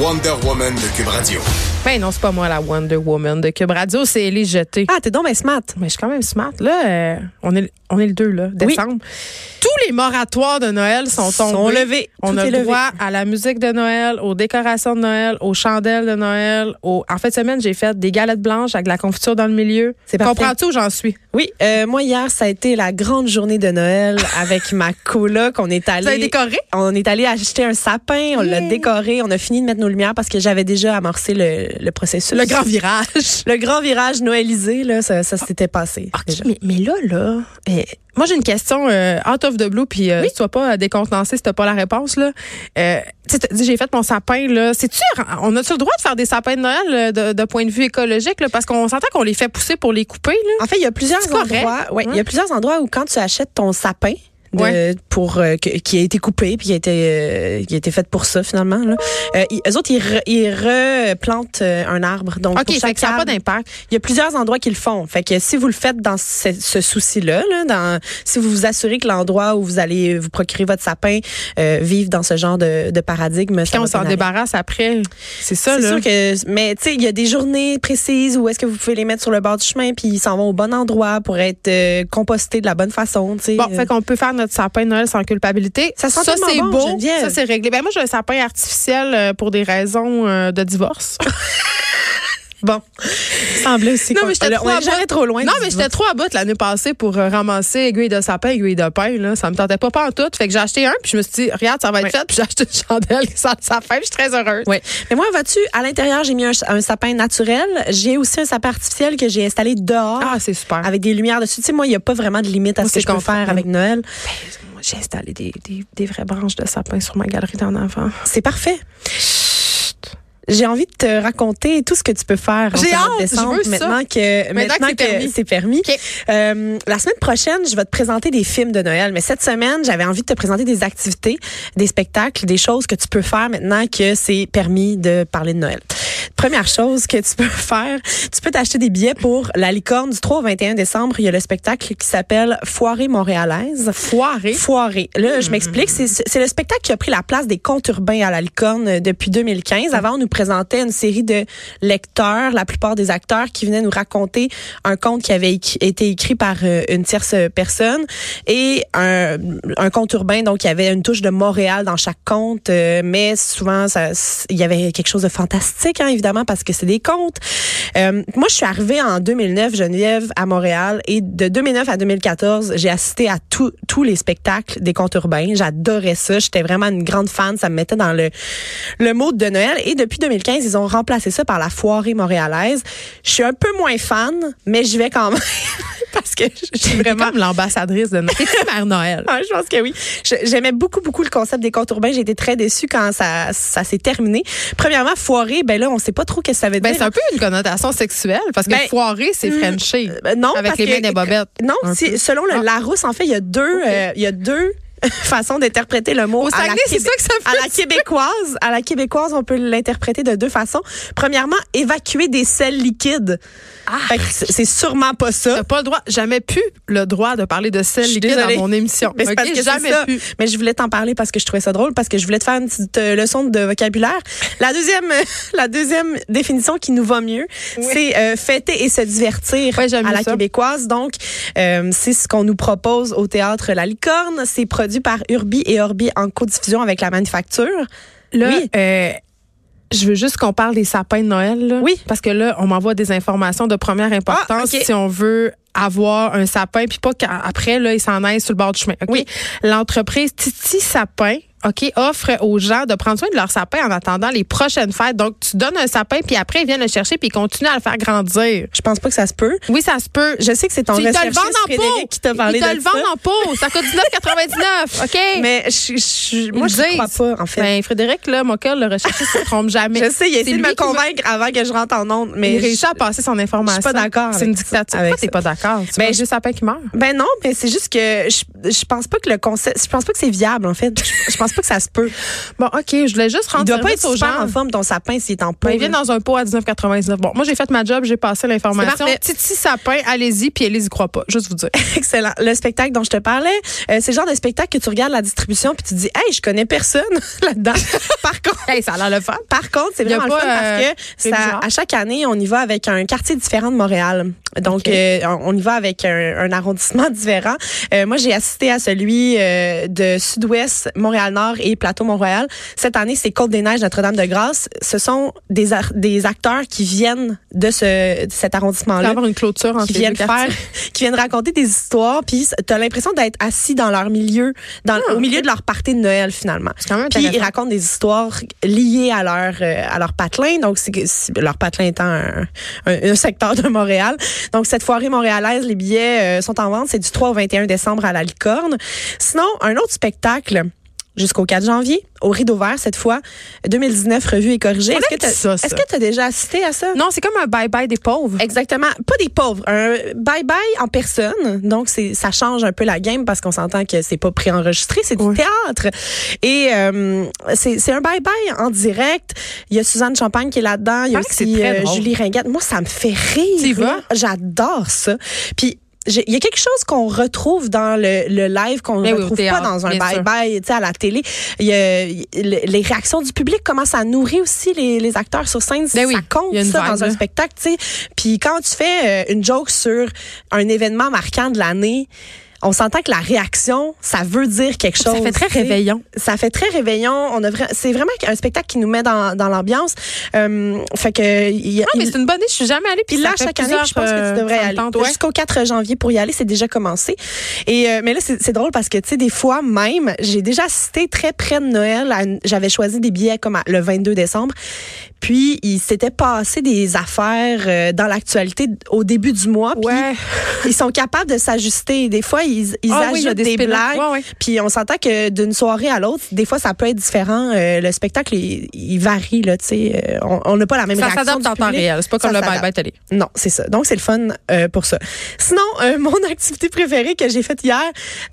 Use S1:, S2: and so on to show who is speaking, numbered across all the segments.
S1: Wonder Woman de Cube Radio.
S2: Ben non, c'est pas moi la Wonder Woman de Cube Radio, c'est Élie Jeté.
S3: Ah, t'es donc bien smart.
S2: Mais je suis quand même smart. Là, euh, on, est, on est le 2, là, décembre. Tous les moratoires de Noël sont tombés.
S3: Sont levés.
S2: On
S3: Tout
S2: a
S3: est levé.
S2: droit à la musique de Noël, aux décorations de Noël, aux chandelles de Noël. Aux... En fin de semaine, j'ai fait des galettes blanches avec de la confiture dans le milieu.
S3: C'est parfait.
S2: Comprends-tu où j'en suis?
S3: Oui, euh, moi hier, ça a été la grande journée de Noël avec ma coloc. On est
S2: Vous avez
S3: allé
S2: décoré?
S3: on est allé acheter un sapin, on l'a décoré, on a fini de mettre nos lumières parce que j'avais déjà amorcé le, le processus.
S2: Le grand virage.
S3: le grand virage noëlisé là, ça, ça s'était passé. déjà.
S2: mais, mais là, là, eh, moi j'ai une question euh, out of the blue, puis euh, sois pas décontenancé si t'as pas la réponse là. Euh, tu sais, t'as dit, j'ai fait mon sapin là. C'est tu on a-tu le droit de faire des sapins de Noël euh, de, de point de vue écologique là, parce qu'on s'entend qu'on les fait pousser pour les couper là.
S3: En fait, il y a plusieurs
S2: C'est correct. Hein?
S3: endroits, ouais, il y a plusieurs endroits où quand tu achètes ton sapin de-
S2: Ouais.
S3: pour euh, que- qui a été coupé puis qui a été euh, qui a été fait pour ça finalement là. Euh, ils- eux autres ils, re- ils replantent euh, un arbre donc
S2: Ok,
S3: pour
S2: fait
S3: chaque
S2: que ça n'a
S3: arbre,
S2: pas d'impact.
S3: il y a plusieurs endroits qui le font. Fait que si vous le faites dans ce, souci là, dans si vous vous assurez que l'endroit où vous allez vous procurer votre sapin euh, vive dans ce genre de, de paradigme,
S2: Puis
S3: ça
S2: quand on
S3: va
S2: s'en
S3: bien aller.
S2: débarrasse après, c'est ça
S3: C'est
S2: là.
S3: sûr que, mais tu sais, il y a des journées précises où est-ce que vous pouvez les mettre sur le bord du chemin puis ils s'en vont au bon endroit pour être euh, compostés de la bonne façon, tu sais.
S2: Bon, fait qu'on peut faire notre sapin de Noël sans culpabilité.
S3: euh, Ça sent tellement
S2: c'est
S3: bon,
S2: beau,
S3: Geneviève.
S2: ça c'est réglé. Ben moi j'ai un sapin artificiel euh, pour des raisons euh, de divorce.
S3: bon. Il semblait aussi.
S2: Non,
S3: qu'on-
S2: mais j'étais
S3: là,
S2: trop
S3: on
S2: à
S3: est jamais
S2: bout.
S3: trop loin.
S2: Non,
S3: du
S2: mais
S3: divan.
S2: j'étais trop à bout l'année passée pour euh, ramasser aiguille de sapin, aiguille de pain. Là. Ça me tentait pas, pas en tout. Fait que j'ai acheté un, puis je me suis dit, regarde, ça va être
S3: Ouais.
S2: fait. Puis j'ai acheté une chandelle qui sent le sapin, puis je suis très heureuse.
S3: Ouais. Mais moi, vois-tu, à l'intérieur, j'ai mis un, un sapin naturel. J'ai aussi un sapin artificiel que j'ai installé dehors.
S2: Ah, c'est super.
S3: avec des lumières dessus. Tu sais, moi, il n'y a pas vraiment de limite à
S2: Moi,
S3: ce que
S2: c'est
S3: je peux
S2: contraire.
S3: faire avec Noël.
S2: ben, Moi, J'ai installé des, des, des vraies branches de sapin sur ma galerie d'en avant.
S3: C'est parfait. J'ai envie de te raconter tout ce que tu peux faire en
S2: J'ai
S3: ce mois de
S2: hâte, je
S3: décembre,
S2: veux ça.
S3: maintenant que
S2: Maintenant que
S3: maintenant
S2: c'est permis.
S3: que c'est permis.
S2: OK.
S3: Euh, la semaine prochaine, je vais te présenter des films de Noël, mais cette semaine, j'avais envie de te présenter des activités, des spectacles, des choses que tu peux faire maintenant que c'est permis de parler de Noël. Première chose que tu peux faire, tu peux t'acheter des billets pour la licorne du 3 au 21 décembre. Il y a le spectacle qui s'appelle Foirée montréalaise.
S2: Foiré.
S3: Foiré. Là, je m'explique. C'est c'est le spectacle qui a pris la place des contes urbains à la licorne euh, depuis 2015. Avant, on nous présentait une série de lecteurs, la plupart des acteurs, qui venaient nous raconter un conte qui avait écri- été écrit par euh, une tierce personne et un, un conte urbain. Donc, il y avait une touche de Montréal dans chaque conte, euh, mais souvent, ça- il y avait quelque chose de fantastique, hein, évidemment, parce que c'est des contes. Euh, moi, je suis arrivée en 2009, Geneviève, à Montréal, et de 2009 à 2014, j'ai assisté à tous tous les spectacles des contes urbains. J'adorais ça. J'étais vraiment une grande fan. Ça me mettait dans le, le mode de Noël. Et depuis 2015, ils ont remplacé ça par la foirée montréalaise. Je suis un peu moins fan, mais j'y vais quand même. parce que je suis
S2: T'es
S3: vraiment
S2: comme l'ambassadrice de Noël. T'es-tu Mère Noël?
S3: ah, je pense que oui. Je- J'aimais beaucoup, beaucoup le concept des contes urbains. J'ai été très déçue quand ça, ça s'est terminé. Premièrement, foiré, ben là, on sait pas trop ce que ça veut
S2: Ben,
S3: dire.
S2: c'est hmm, un peu une connotation sexuelle, parce que
S3: Ben,
S2: foiré, c'est Frenchie.
S3: Euh, non,
S2: avec
S3: parce
S2: les
S3: que-
S2: mains des bobettes.
S3: Non,
S2: Un peu.
S3: c'est selon le
S2: Ah.
S3: Larousse, en fait, il y a deux, euh, il y a deux façons d'interpréter le mot.
S2: Au
S3: à la
S2: Saguenay, c'est
S3: Québé-
S2: ça que ça
S3: À
S2: fait.
S3: la québécoise, à la québécoise, on peut l'interpréter de deux façons. Premièrement, évacuer des sels liquides. Fait que c'est c'est sûrement pas ça.
S2: Ah, T'as pas le droit, jamais pu le droit de parler de sel
S3: Je suis
S2: liquide dans
S3: désolée.
S2: mon émission.
S3: Mais c'est
S2: Ok?
S3: parce que c'est
S2: jamais
S3: ça.
S2: pu.
S3: Mais je voulais t'en parler parce que je trouvais ça drôle, parce que je voulais te faire une petite euh, leçon de vocabulaire. La deuxième, euh, la deuxième définition qui nous va mieux, c'est euh, fêter et se divertir
S2: Ouais, j'aime
S3: à la
S2: ça.
S3: québécoise. Donc, euh, c'est ce qu'on nous propose au théâtre La Licorne. C'est produit par Urbi et Orbi en codiffusion avec la Manufacture.
S2: Là,
S3: Oui.
S2: euh, je veux juste qu'on parle des sapins de Noël. là.
S3: Oui.
S2: Parce que là, on m'envoie des informations de première importance
S3: Ah, ok.
S2: si on veut avoir un sapin, puis pas qu'après, là, il s'en aille sur le bord du chemin. OK?
S3: Oui.
S2: L'entreprise Titi Sapin. OK, offre aux gens de prendre soin de leur sapin en attendant les prochaines fêtes. Donc, tu donnes un sapin, puis après, ils viennent le chercher, puis ils continuent à le faire grandir.
S3: Je pense pas que ça se peut.
S2: Oui, ça se peut.
S3: Je sais que c'est ton
S2: Tu- ils te le
S3: recherchiste
S2: vendent en pot.
S3: Frédéric qui t'a parlé
S2: ils te
S3: de
S2: le
S3: ça.
S2: vendent en pot. Ça coûte 19,99. OK?
S3: Mais je, je- moi,
S2: Ils
S3: je
S2: disent.
S3: crois pas, en fait.
S2: Ben, Frédéric, là, Moquel, le recherchiste, se trompe jamais.
S3: je sais, il a essayé
S2: C'est
S3: de
S2: lui
S3: me
S2: qui veut-
S3: convaincre avant que je rentre en onde, mais
S2: il
S3: je-
S2: réussit à passer son information.
S3: je suis pas d'accord
S2: C'est une
S3: avec ça-
S2: dictature.
S3: avec
S2: Pourquoi t'es
S3: ça.
S2: pas d'accord? Tu
S3: Ben,
S2: ben,
S3: je-
S2: juste sapin qui meurt.
S3: Ben non, mais c'est juste que je, je pense pas que le concept, je pense pas que c'est viable en fait. Je, je pense pense pas que ça se peut.
S2: Bon, OK, je voulais juste
S3: Il
S2: rendre
S3: doit pas
S2: service
S3: être
S2: aux
S3: super
S2: gens.
S3: en forme ton sapin s'il est en
S2: Ben,
S3: peau.
S2: il vient dans un pot à 19,99. Bon, moi, j'ai fait ma job, j'ai passé
S3: C'est
S2: l'information.
S3: parfait.
S2: Titi Sapin, allez-y, puis Elise y croit pas. Juste vous dire.
S3: Excellent. Le spectacle dont je te parlais, euh, c'est le genre de spectacle que tu regardes la distribution puis tu dis, hey, je connais personne là-dedans. Par contre,
S2: Hey, ça a l'air le fun.
S3: Par contre, c'est
S2: Y a
S3: vraiment
S2: pas,
S3: le fun parce
S2: euh,
S3: que
S2: c'est
S3: ça,
S2: bizarre.
S3: à chaque année, on y va avec un quartier différent de Montréal. Donc,
S2: Ok.
S3: euh, on on y va avec un, un arrondissement différent. Euh, moi, j'ai assisté à celui euh, de Sud-Ouest, Montréal-Nord et Plateau-Mont-Royal. Cette année, c'est Côte-des-Neiges, Notre-Dame-de-Grâce. Ce sont des, ar- des acteurs qui viennent de, ce, de
S2: Il
S3: cet
S2: va
S3: arrondissement-là.
S2: avoir une clôture entre
S3: Qui
S2: les
S3: viennent
S2: deux
S3: faire,
S2: quartiers.
S3: qui viennent raconter des histoires, puis t'as l'impression d'être assis dans leur milieu, dans, au milieu de leur party de Noël finalement.
S2: Ah, C'est quand même
S3: Puis ils
S2: intéressant.
S3: racontent des histoires liées à leur euh, à leur patelin, donc c'est que- c'est- leur patelin étant un, un- un secteur de Montréal. Donc cette foirée montréalaise, les billets euh, sont en vente, c'est du 3 au 21 décembre à la Licorne. Sinon, un autre spectacle jusqu'au 4 janvier au Rideau Vert cette fois, 2019 revue et corrigée.
S2: Faudrait
S3: Est-ce
S2: que tu ça, ça.
S3: est-ce que tu as déjà assisté à ça
S2: Non, c'est comme un bye-bye des pauvres.
S3: Exactement, pas des pauvres, un bye bye en personne. Donc c'est ça change un peu la game parce qu'on s'entend que c'est pas préenregistré, c'est du
S2: Oui.
S3: théâtre. Et euh, c'est c'est un bye bye en direct. Il y a Suzanne Champagne qui est là-dedans, il y a
S2: Ah, c'est
S3: aussi
S2: très
S3: euh,
S2: drôle.
S3: Julie Ringuette. Moi ça me fait rire.
S2: T'y vas?
S3: J'adore ça. Puis j'ai- il y a quelque chose qu'on retrouve dans le, le live qu'on ne
S2: Ben oui, au
S3: retrouve
S2: théâtre,
S3: pas dans un
S2: bien sûr.
S3: bye-bye tu sais, à la télé. Il y a- il- les réactions du public commencent à nourrir aussi les, les acteurs sur scène.
S2: Ben
S3: ça
S2: oui,
S3: compte
S2: il y a une
S3: ça
S2: vibe,
S3: dans un
S2: là.
S3: spectacle, tu sais. Puis quand tu fais euh, une joke sur un événement marquant de l'année, on s'entend que la réaction, ça veut dire quelque
S2: Ça
S3: chose.
S2: fait très
S3: tu sais.
S2: réveillon.
S3: Ça fait très réveillon. On a vra- c'est vraiment un spectacle qui nous met dans, dans l'ambiance. Euh, fait que il y a-
S2: Non, mais
S3: il-
S2: c'est une bonne idée. Je suis jamais allée.
S3: puis
S2: Puis
S3: là,
S2: ça fait
S3: chaque année, puis je pense
S2: plusieurs,
S3: que tu devrais
S2: euh, ça me
S3: aller.
S2: tente, ouais.
S3: Jusqu'au 4 janvier pour y aller, c'est déjà commencé. Et euh, mais là, c'est c'est drôle parce que tu sais, des fois même, j'ai déjà assisté très près de Noël. à une- J'avais choisi des billets comme à- le 22 décembre. Puis il s'était passé des affaires euh, dans l'actualité au début du mois. Puis
S2: Ouais.
S3: ils sont capables de s'ajuster. Des fois, ils, ils
S2: Ah
S3: ajoutent
S2: oui, il y a
S3: des,
S2: des spin-offs.
S3: blagues.
S2: Ouais, ouais.
S3: Puis on s'entend que d'une soirée à l'autre, des fois, ça peut être différent. Euh, le spectacle, il, il varie là. Tu sais, Euh, on- on n'a pas la même
S2: Ça
S3: réaction
S2: s'adapte
S3: du
S2: en temps
S3: public.
S2: réel. C'est pas
S3: Ça
S2: comme le
S3: s'adapte.
S2: bye-bye télé.
S3: Non, c'est ça. Donc, c'est le fun euh, pour ça. Sinon, euh, mon activité préférée que j'ai faite hier,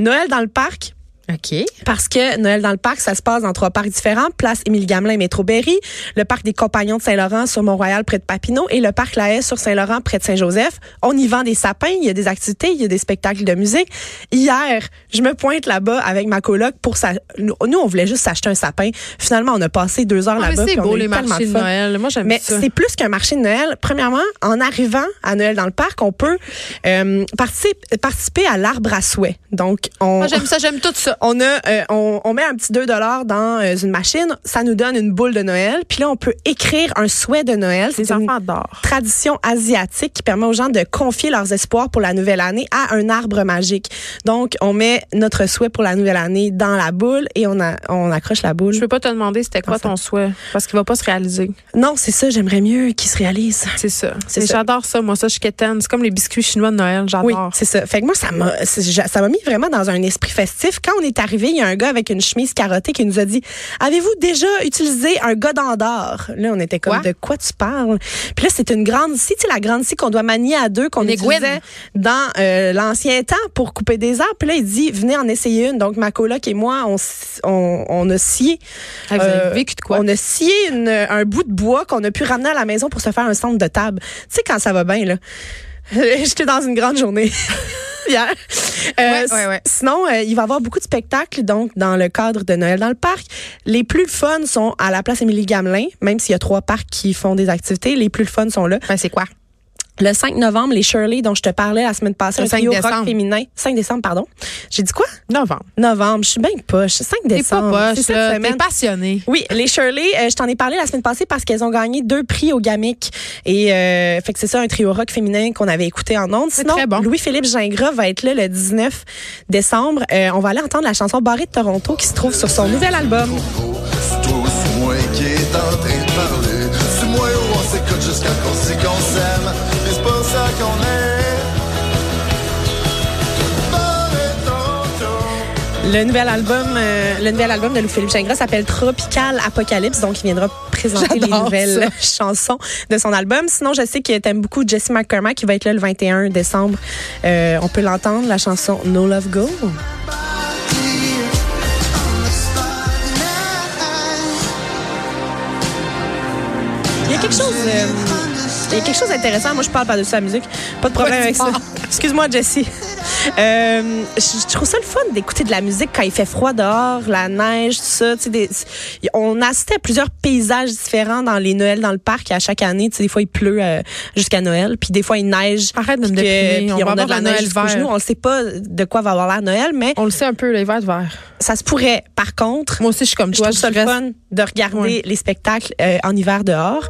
S3: Noël dans le parc.
S2: OK.
S3: Parce que Noël dans le parc, ça se passe dans trois parcs différents. Place Émile Gamelin, métro Berry, le parc des Compagnons de Saint-Laurent sur Mont-Royal près de Papineau et le parc La Haye sur Saint-Laurent près de Saint-Joseph. On y vend des sapins, il y a des activités, il y a des spectacles de musique. Hier, je me pointe là-bas avec ma coloc pour ça. Nous, nous, on voulait juste s'acheter un sapin. Finalement, on a passé deux heures
S2: Ah, mais
S3: là-bas.
S2: c'est
S3: ben, puis on
S2: beau,
S3: a eu
S2: les
S3: tellement
S2: marchés de
S3: fun.
S2: Noël. Moi, j'aime
S3: Mais
S2: ça.
S3: c'est plus qu'un marché de Noël. Premièrement, en arrivant à Noël dans le parc, on peut euh, participer, participer à l'arbre à souhait. Donc, on,
S2: Moi, Ah, j'aime ça. J'aime tout ça.
S3: on, a, euh, on, on met un petit 2 dans euh, une machine, ça nous donne une boule de Noël, puis là, on peut écrire un souhait de Noël. C'est
S2: Les
S3: une
S2: enfants adorent.
S3: tradition asiatique qui permet aux gens de confier leurs espoirs pour la nouvelle année à un arbre magique. Donc, on met notre souhait pour la nouvelle année dans la boule et on, a- on accroche la boule.
S2: Je peux pas te demander c'était quoi
S3: Enfin.
S2: ton souhait parce qu'il va pas se réaliser.
S3: Non, c'est ça, j'aimerais mieux qu'il se réalise.
S2: C'est ça.
S3: C'est
S2: Mais
S3: ça.
S2: J'adore ça, moi, ça, je suis quétaine. C'est comme les biscuits chinois de Noël,
S3: Oui,
S2: j'adore. Euh,
S3: c'est ça. Fait que moi, ça m'a, c'est- j'a- ça m'a mis vraiment dans un esprit festif. Quand on est arrivé, il y a un gars avec une chemise carottée qui nous a dit Avez-vous déjà utilisé un godin d'or Là, on était comme
S2: Quoi?
S3: De quoi tu parles Puis là, c'est une grande scie, tu sais, la grande scie qu'on doit manier à deux, qu'on
S2: Une aiguille.
S3: utilisait dans euh, l'ancien temps pour couper des arbres. Puis là, il dit Venez en essayer une. Donc, ma coloc et moi, on, s- on, on a scié.
S2: Ah, vous
S3: euh,
S2: avez vécu de quoi?
S3: On a scié une- un bout de bois qu'on a pu ramener à la maison pour se faire un centre de table. Tu sais, quand ça va bien, là. J'étais dans une grande journée hier. Euh,
S2: Ouais, ouais, ouais.
S3: s- Sinon, euh, il va y avoir beaucoup de spectacles, donc, dans le cadre de Noël dans le parc. Les plus fun sont à la place Émilie Gamelin, même s'il y a trois parcs qui font des activités, les plus fun sont là.
S2: Ben, c'est quoi?
S3: Le 5 novembre, les Shirley, dont je te parlais la semaine passée,
S2: Le
S3: un
S2: 5
S3: trio rock
S2: décembre.
S3: féminin. 5 décembre, pardon. J'ai dit quoi?
S2: Novembre.
S3: Novembre. Je suis bien poche. 5
S2: T'es pas
S3: décembre.
S2: poche,
S3: C'est
S2: là.
S3: cette
S2: T'es
S3: semaine.
S2: passionné.
S3: Oui, les Shirley, euh, je t'en ai parlé la semaine passée parce qu'elles ont gagné deux prix au Gamic. Et euh, fait que c'est ça, un trio rock féminin qu'on avait écouté en ondes. Sinon,
S2: très bon.
S3: Louis-Philippe Gingras va être là le 19 décembre. Euh, on va aller entendre la chanson Barré de Toronto qui se trouve sur son nouvel album.
S1: C'est tous moi qui est en train de parler. C'est moi où on s'écoute jusqu'à qu'on sait qu'on s'aime. Mais c'est pas ça qu'on est.
S3: Le nouvel album, euh, le nouvel album de Louis-Philippe Gingras s'appelle Tropical Apocalypse, donc il viendra présenter les
S2: J'adore
S3: nouvelles chansons de son album. Sinon, je sais que t'aimes beaucoup Jesse McCormack qui va être là le 21 décembre. Euh, on peut l'entendre, la chanson No Love Go.
S1: On the spot.
S3: quelque chose. euh, il y a quelque chose d'intéressant. Moi, je parle par-dessus la musique. Pas de problème
S2: Ouais,
S3: avec ça.
S2: ah.
S3: Excuse-moi, Jessie. Euh, je je trouve ça le fun d'écouter de la musique quand il fait froid dehors, la neige, tout ça. Tu sais, des- on assistait à plusieurs paysages différents dans les Noëls dans le parc. Et à chaque année, tu sais, des fois, il pleut euh, jusqu'à Noël. Puis des fois, il neige.
S2: Arrête de me
S3: puis que-
S2: déprimer.
S3: puis
S2: On va
S3: a de
S2: avoir
S3: la
S2: un
S3: neige
S2: Noël
S3: jusqu'aux
S2: vert.
S3: genoux. On ne sait pas de quoi va avoir l'air Noël, mais
S2: On le sait un peu, l'hiver de vert.
S3: ça se pourrait. Par contre,
S2: Moi aussi, je suis comme
S3: je
S2: toi.
S3: trouve ça le
S2: reste-
S3: fun de regarder
S2: Ouais.
S3: les spectacles euh, en hiver dehors.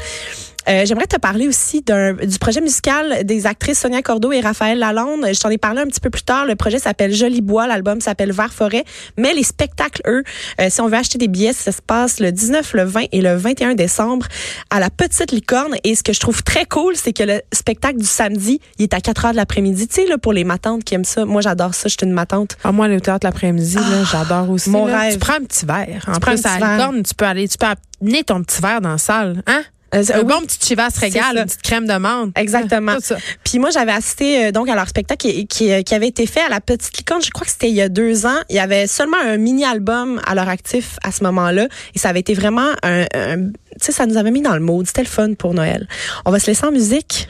S3: Euh, J'aimerais te parler aussi d'un- du projet musical des actrices Sonia Cordeau et Raphaël Lalonde. Je t'en ai parlé un petit peu plus tard. Le projet s'appelle Joli Bois, l'album s'appelle Vert Forêt. Mais les spectacles, eux, euh, si on veut acheter des billets, ça se passe le 19, le 20 et le 21 décembre à la Petite Licorne. Et ce que je trouve très cool, c'est que le spectacle du samedi, il est à 4 heures de l'après-midi. Tu sais, là, pour les matantes qui aiment ça. Moi, j'adore ça. Je suis une matante.
S2: Ah, moi, aller au théâtre l'après-midi, là, j'adore aussi.
S3: Ah, mon
S2: là.
S3: rêve.
S2: Tu prends un petit verre. En
S3: prends un
S2: plus, à
S3: petit verre.
S2: la licorne, tu peux aller, tu peux amener ton petit verre dans la salle. Hein?
S3: Euh, c'est-
S2: un
S3: oui.
S2: bon petit chivas
S3: C'est
S2: régal,
S3: ça.
S2: une petite crème de menthe.
S3: Exactement.
S2: Tout ça.
S3: Puis moi, j'avais assisté euh, donc à leur spectacle qui, qui, euh, qui avait été fait à la Petite Licorne. Je crois que c'était il y a deux ans. Il y avait seulement un mini-album à leur actif à ce moment-là. Et ça avait été vraiment un... un- tu sais, ça nous avait mis dans le mode. C'était le fun pour Noël. On va se laisser en musique.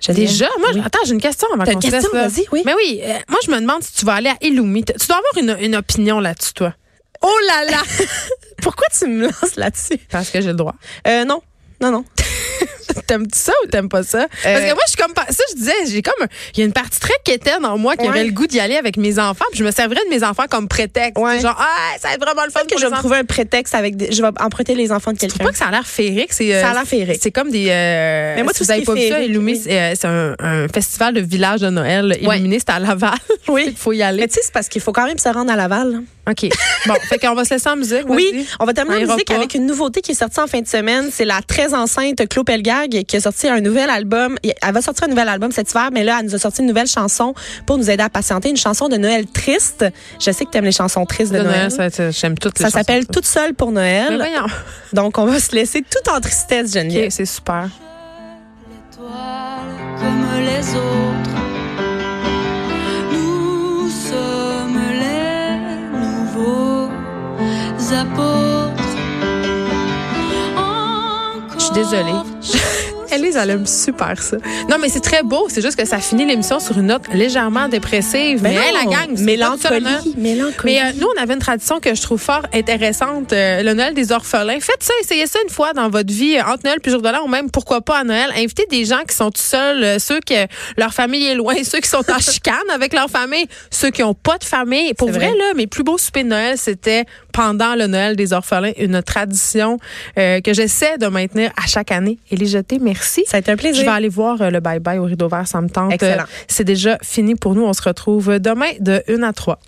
S3: Geneviève?
S2: Déjà, moi,
S3: Oui.
S2: attends, j'ai une question avant
S3: T'as
S2: qu'on
S3: une
S2: se laisse.
S3: question?
S2: là.
S3: Vas-y, oui.
S2: Mais oui, euh, moi, je me demande si tu vas aller à Illumi. T- Tu dois avoir une, une opinion là-dessus, toi. Oh là là!
S3: Pourquoi tu me lances là-dessus?
S2: Parce que j'ai le droit.
S3: Euh, non. Non, non.
S2: T'aimes-tu ça ou t'aimes pas ça?
S3: Euh.
S2: Parce que moi, je suis comme. pas- Ça, je disais, j'ai comme. un- Il y a une partie très quétaine en moi qui
S3: Ouais.
S2: avait le goût d'y aller avec mes enfants, puis je me servirais de mes enfants comme prétexte.
S3: Ouais.
S2: Genre, ah, ça va être vraiment le fun
S3: Peut-être que
S2: pour
S3: je
S2: les
S3: vais me
S2: enfants.
S3: trouver un prétexte avec... des- je vais emprunter les enfants de
S2: Je
S3: quelqu'un.
S2: trouve pas que ça a l'air féerique. C'est, euh,
S3: Ça a l'air féerique.
S2: C'est comme des. euh,
S3: Mais moi,
S2: si
S3: tout
S2: vous
S3: ce
S2: avez
S3: qui
S2: pas
S3: est
S2: vu ça,
S3: féerique,
S2: Illumi,
S3: oui.
S2: c'est, euh, c'est un, un festival de village de Noël
S3: Ouais.
S2: illuminé. C'est à Laval.
S3: Oui.
S2: Il faut y aller.
S3: Mais tu sais, c'est parce qu'il faut quand même se rendre à Laval.
S2: OK. Bon, fait qu'on va se laisser en musique.
S3: Oui,
S2: vas-y.
S3: on va terminer
S2: On
S3: en
S2: ira
S3: musique
S2: pas.
S3: avec une nouveauté qui est sortie en fin de semaine. C'est la très enceinte Clo Pelgag qui a sorti un nouvel album. Elle va sortir un nouvel album cet hiver, mais là, elle nous a sorti une nouvelle chanson pour nous aider à patienter. Une chanson de Noël triste. Je sais que t'aimes les chansons tristes de,
S2: De
S3: Noël.
S2: Noël, ça, ça, j'aime toutes les
S3: Ça s'appelle
S2: chansons.
S3: Toute seule pour
S2: Mais
S3: Noël.
S2: voyons.
S3: Donc, on va se laisser tout en tristesse, Geneviève.
S2: OK, c'est super.
S4: étoiles comme les autres. Nous sommes les nouveaux apôtres. Encore
S2: Je suis désolée. Elise, elle aime super ça. Non, mais c'est très beau. C'est juste que ça finit l'émission sur une note légèrement dépressive. Ben Mais, hey, la gang, c'est pas tout seul, hein?
S3: mélancolie, mélancolie.
S2: Mais euh, nous, on avait une tradition que je trouve fort intéressante, euh, le Noël des orphelins. Faites ça, essayez ça une fois dans votre vie, euh, entre Noël puis jour de l'an, ou même, pourquoi pas, à Noël. Invitez des gens qui sont tout seuls, euh, ceux que leur famille est loin, ceux qui sont en chicane avec leur famille, ceux qui ont pas de famille. Pour
S3: C'est
S2: vrai,
S3: vrai.
S2: là, mes plus beaux soupers de Noël, c'était pendant le Noël des orphelins, une tradition euh, que j'essaie de maintenir à chaque année. Et les jeter, merci.
S3: ça a été un plaisir.
S2: Je vais aller voir euh, le bye-bye au rideau vert, ça me tente.
S3: Excellent.
S2: Euh, C'est déjà fini pour nous. On se retrouve demain de 1 à 3.